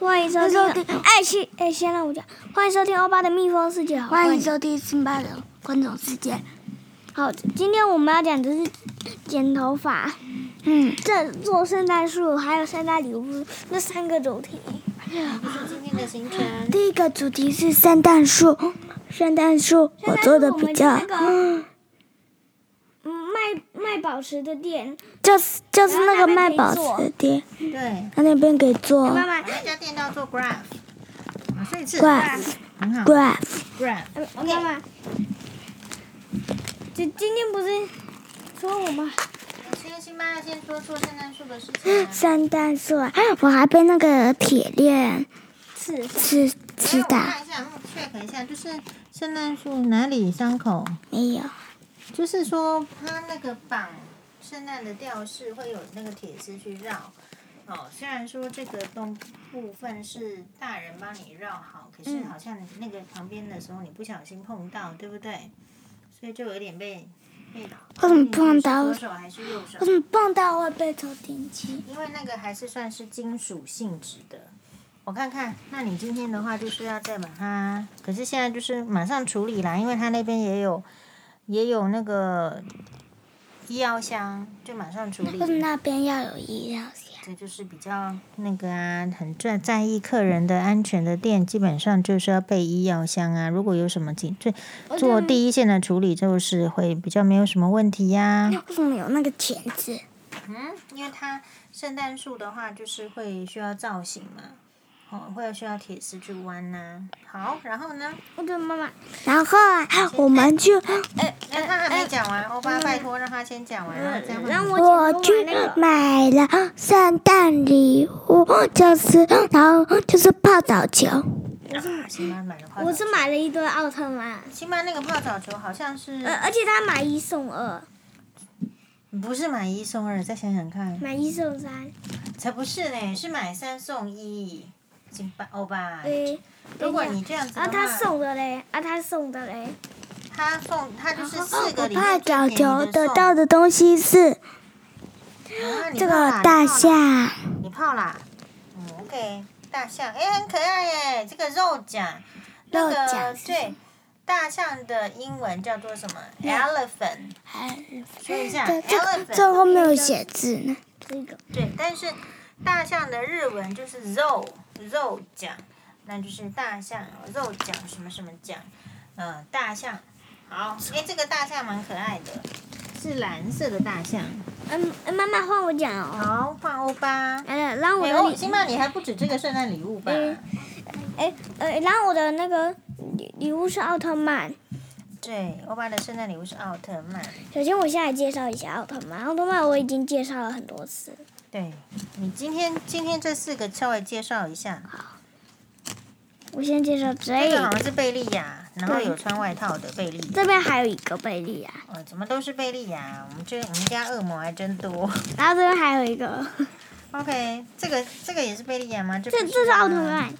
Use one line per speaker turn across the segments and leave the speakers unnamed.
欢迎收
收
听
听，
哎，先哎，先让我讲，欢迎收听欧巴的蜜蜂世界，好
欢迎收听辛巴的观众世界。
好，今天我们要讲的是剪头发，
嗯，
这做圣诞树，还有圣诞礼物这三个主题。
今天的行程，
第一个主题是圣诞树，圣诞树我做的比较
圣诞树我们去那个嗯，卖卖宝石的店，
就是就是那个
然后那
卖
边可
宝
以做
石的店，
对，
他那边可以做
妈妈
我，那家店叫做 Graph，啊所以是
Graph
很好
graph，
Graph，
呃妈妈，就今天不是说我们
先辛巴要先说说圣诞树的事情啊。
圣诞树啊，我还被那个铁链
刺伤
刺刺
我
打，
看一下，我 check 一下，就是圣诞树哪里伤口？
没有，
就是说它那个绑圣诞的吊饰会有那个铁丝去绕。哦，虽然说这个东部分是大人帮你绕好，可是好像那个旁边的时候你不小心碰到，对不对？所以就有点被被
为什么碰到
左手还是右手
为？什么碰到会被头顶击？
因为那个还是算是金属性质的。我看看，那你今天的话就是要再把它，可是现在就是马上处理啦，因为它那边也有也有那个医药箱，就马上处理
为。什么那边要有医疗险？
这就是比较那个啊，很在在意客人的安全的店，基本上就是要备医药箱啊。如果有什么紧，最做第一线的处理，就是会比较没有什么问题呀、
为什么有那个钳子？
嗯，因为它圣诞树的话，就是会需要造型嘛，哦，会需要铁丝去弯呐、好，然后呢？
我的妈妈，
然后啊，我们去
哎那他还没讲完，欧巴，拜托让他先讲完，然后再
呃让
问你。
我
我
剪头
去
发那个。
买了圣诞礼物，就是然后就是泡澡球，
啊辛巴买了泡
我
澡
是买了一堆奥特曼，
辛巴那个泡澡球好像
嗯
是
呃，而且他买一送二，
不是买一送二？再想想看，
买一送三，
才不是呢，是买三送一。辛巴，欧巴，
对。
如果你这样子的
啊，
话，
他送的嘞，啊，他送的嘞，
他送他就是四个
我
里
啊泡
面最
澡
便宜
球得
送
到的东西是
啊你
这
泡
个
哪
大
里泡哪
象，
你泡啦？嗯，OK，大象，哎、很可爱耶，这个肉甲，那
肉甲
个
是什
对，大象的英文叫做什么？elephant，说一下
哎这这这
elephant，
后面有写字呢，
这个
对，但是大象的日文就是肉肉甲，那就是大象肉甲什么什么甲，嗯、大象，好，哎、这个大象蛮可爱的，是蓝色的大象，
嗯，呃妈妈换我讲哦，
好，换欧巴。
呃，然后我
哎、
的
哦，
礼，
辛巴，你还不止这个圣诞礼物吧？
嗯哎，呃，然后我的那个礼礼物是奥特曼，
对，欧巴的圣诞礼物是奥特曼。
首先我现在介绍一下奥特曼，奥特曼我已经介绍了很多次，
对你今天今天这四个稍微介绍一下，
我先介绍这
这个好
个，
像是贝利亚，然后
对
有穿外套的贝利亚。
这边还有一个贝利亚，
哦，怎么都是贝利亚？我们这我们家恶魔还真多。
然后这边还有一个，
OK，这个这个也是贝利亚吗？这
这
不
这是奥特
吗。
曼，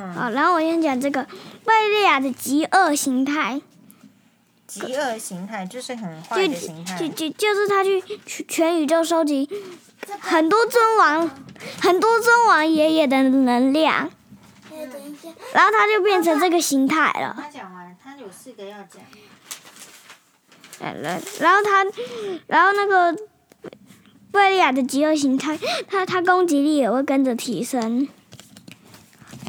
嗯，
好，然后我先讲这个贝利亚的极恶形态。
极恶形态就是很坏
就
的形态
就。就就是他去全全宇宙收集很多尊王，很多尊王爷爷的能量，然后他就变成这个形态了。
他讲完，他有四个要讲。
呃然后他，然后那个贝利亚的极恶形态，他他攻击力也会跟着提升。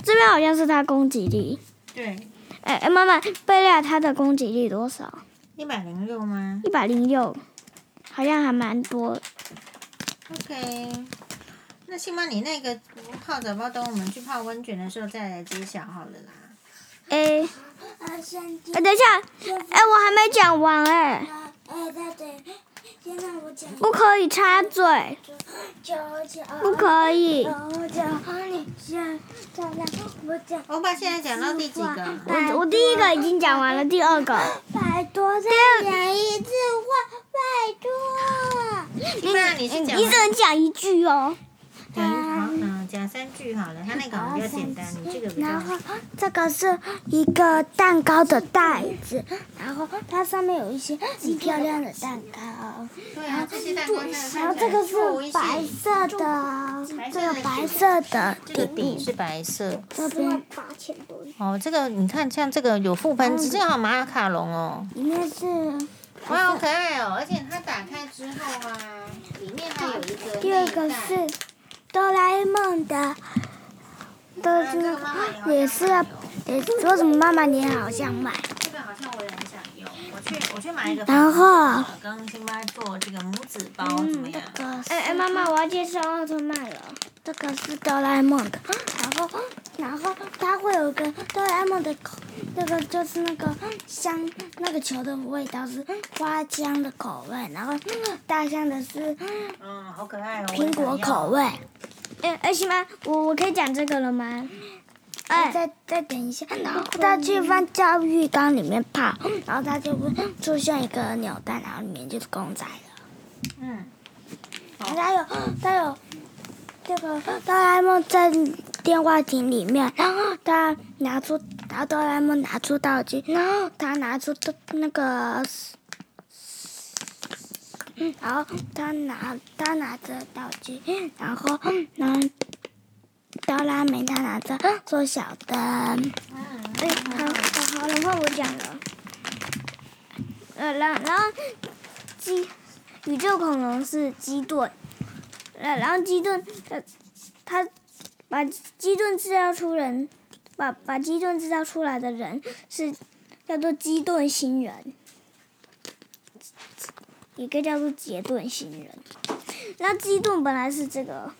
这边好像是他攻击力，
对，
哎哎，妈妈，贝利亚他的攻击力多少？
一百零六吗
一百零六，好像还蛮多。
？OK。那辛巴，你那个泡澡包，等我们去泡温泉的时候再来揭晓好了啦。
哎，
呃
哎，等一下，哎，我还没讲完哎，不可以插嘴，不可以。
欧巴现在讲到第几个？
我我第一个已经讲完了，第二个，
拜托，再讲一次话，拜托。
辛巴，你是
啊
你
讲
只能讲一句哦。
等于好，嗯，讲三句好了，它那个好像比较简单，你这个比较
哦然后这个是一个蛋糕的袋子，然后它上面有一些很漂亮的蛋糕，
对啊，这些蛋糕真的看起来
然后这个是
不危险
白色的，这个
色的
白色的
这
底
个底
部
是白色
这边
八千多，
哦，这个你看，像这个有覆盆子，这个好马卡龙哦，
里面是
哇，好可爱哦！而且它打开之后啊，里面还有一个
第二
内
个
袋
是哆啦 A 梦的，都
啊
是
这个
那
妈妈也好
个也是
想
啊
买哦，
也是为什么妈妈你也好像买？
这个好像我也很想用，我去我去买一个。
然后嗯
跟辛巴做这个母子包怎么样？
这个是
哎哎，妈妈，我要介绍奥特曼了。
这个是哆啦 A 梦的，然后然后它会有一个哆啦 A 梦的口，那个就是那个香那个球的味道是花香的口味，然后大象的是
嗯，好可爱哦！我也
苹果
想要
口。味。
哎哎，行吗？我我可以讲这个了吗？哎，
再再等一下，然后它去放教育缸里面泡，然后它就会出现一个扭蛋，然后里面就是公仔了。
嗯，
然后它有它有这个哆啦 A 梦在电话亭里面，然后它拿出，然后哆啦 A 梦拿出道具，然后它拿出的那个。嗯然后他拿他拿着道具，然后呢，哆啦美他拿着缩小灯。
哎，好，好，好，然后我讲了。呃，然然后鸡宇宙恐龙是鸡盾，呃，然后鸡盾，呃，他把鸡盾制造出人，把把鸡盾制造出来的人是叫做鸡盾星人，一个叫做杰顿星人。那鸡盾本来是这个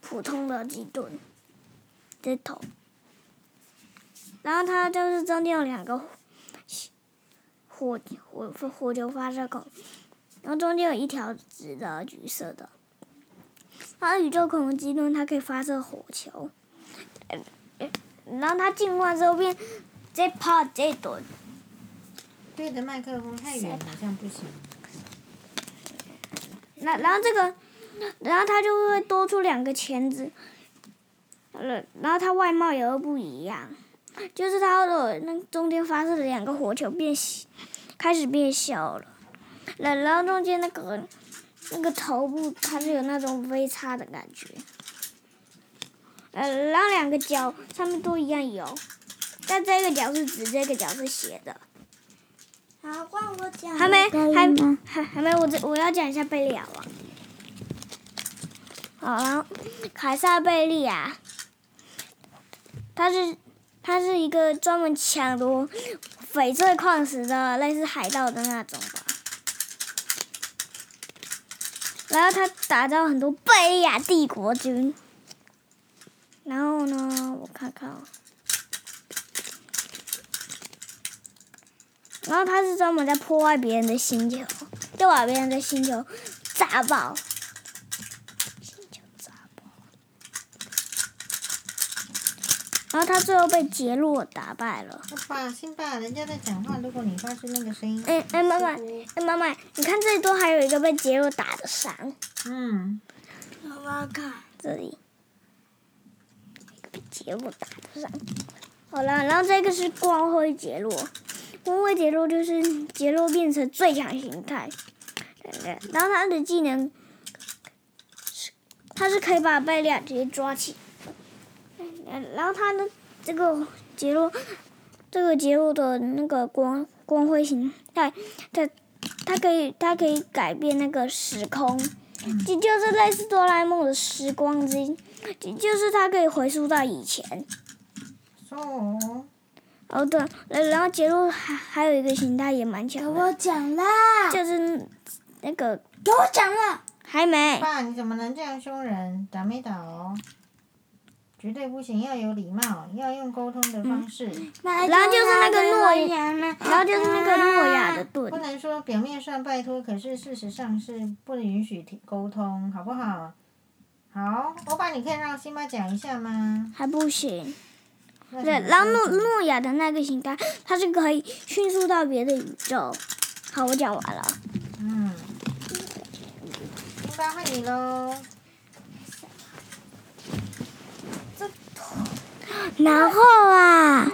普通的鸡盾，这头。然后它就是中间有两个火火火火球发射孔，然后中间有一条直的橘色的。然后宇宙恐龙机盾它可以发射火球， 呃呃然后它进化之后变这炮这朵，
对的，麦克风太远了，这样不行。
那然后这个，然后它就会多出两个钳子，呃，然后它外貌也会不一样，就是它的那中间发射的两个火球变小，开始变小了，然然后中间那个那个头部它是有那种微叉的感觉，呃，然后两个角上面都一样有，但这个角是直，这个角是斜的。
好，换我讲。
还没，
可以
还
吗
还还没，我这我要讲一下贝利亚王。好，然后凯撒贝利亚，他是他是一个专门抢夺翡翠矿石的，类似海盗的那种吧。然后他打造很多贝利亚帝国军。然后呢，我看看、哦。然后他是专门在破坏别人的星球，就把别人的星球炸爆。星球炸爆。然后他最后被杰洛打败了。
爸，辛巴，人家在讲话，如果你发出那个声音，
哎哎，妈妈，哎妈妈，你看这里都还有一个被杰洛打的伤，
嗯，
妈妈看，
这里一个被杰洛打的伤。好了，然后这个是光辉杰洛，光辉杰洛就是杰洛变成最强形态，然后他的技能是，他是可以把贝利亚直接抓起，然后他的这个杰洛，这个杰洛的那个光光辉形态，他他可以他可以改变那个时空，就就是类似哆啦 A 梦的时光机，就就是它可以回溯到以前。
哦，
哦对，然然后杰洛还还有一个形态也蛮强的，
我讲啦，
就是那个
给我讲了，
还没
爸，你怎么能这样凶人？打没打哦？绝对不行，要有礼貌，要用沟通的方式，
然后就是那个诺
亚呢，
然后就是那个诺亚的盾
不，能说表面上拜托，可是事实上是不允许提沟通，好不好？好，欧巴，你可以让辛巴讲一下吗？
还不行。
那
对，
怎么
然后诺
说
诺亚的那个形态，它是可以迅速到别的宇宙。好，我讲完了。
嗯，辛巴换你喽。
然后啊，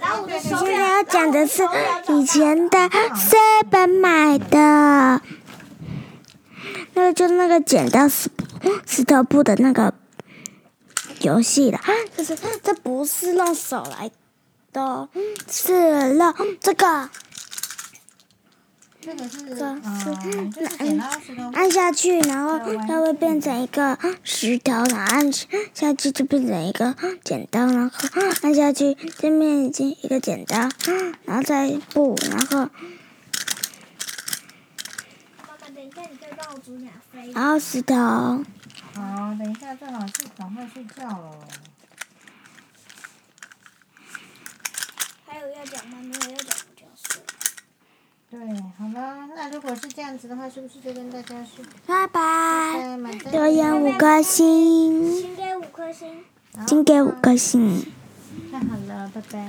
然后我的手
现在要讲的是以前的 seven 买的，那个就是那个剪刀石石头布的那个游戏了，
可是这不是用手来的哦，
是了，
这个
这个是
这
嗯，就是剪刀石头布，
按下去，然后它会变成一个石头，然后按下去就变成一个剪刀，然后按下去这面已经一个剪刀，然后再布，然后
爸爸，等一下，你可以帮我煮点飞。
然后石头。
好，等一下郑老师赶快睡觉了。
还有要讲吗？没有要讲我就要睡。
对，好了，那如果是这样子的话，是不是就跟大家说
拜拜，
拜拜？
留言五颗星，
请给五颗星。
请给五颗星。
太好了，拜拜。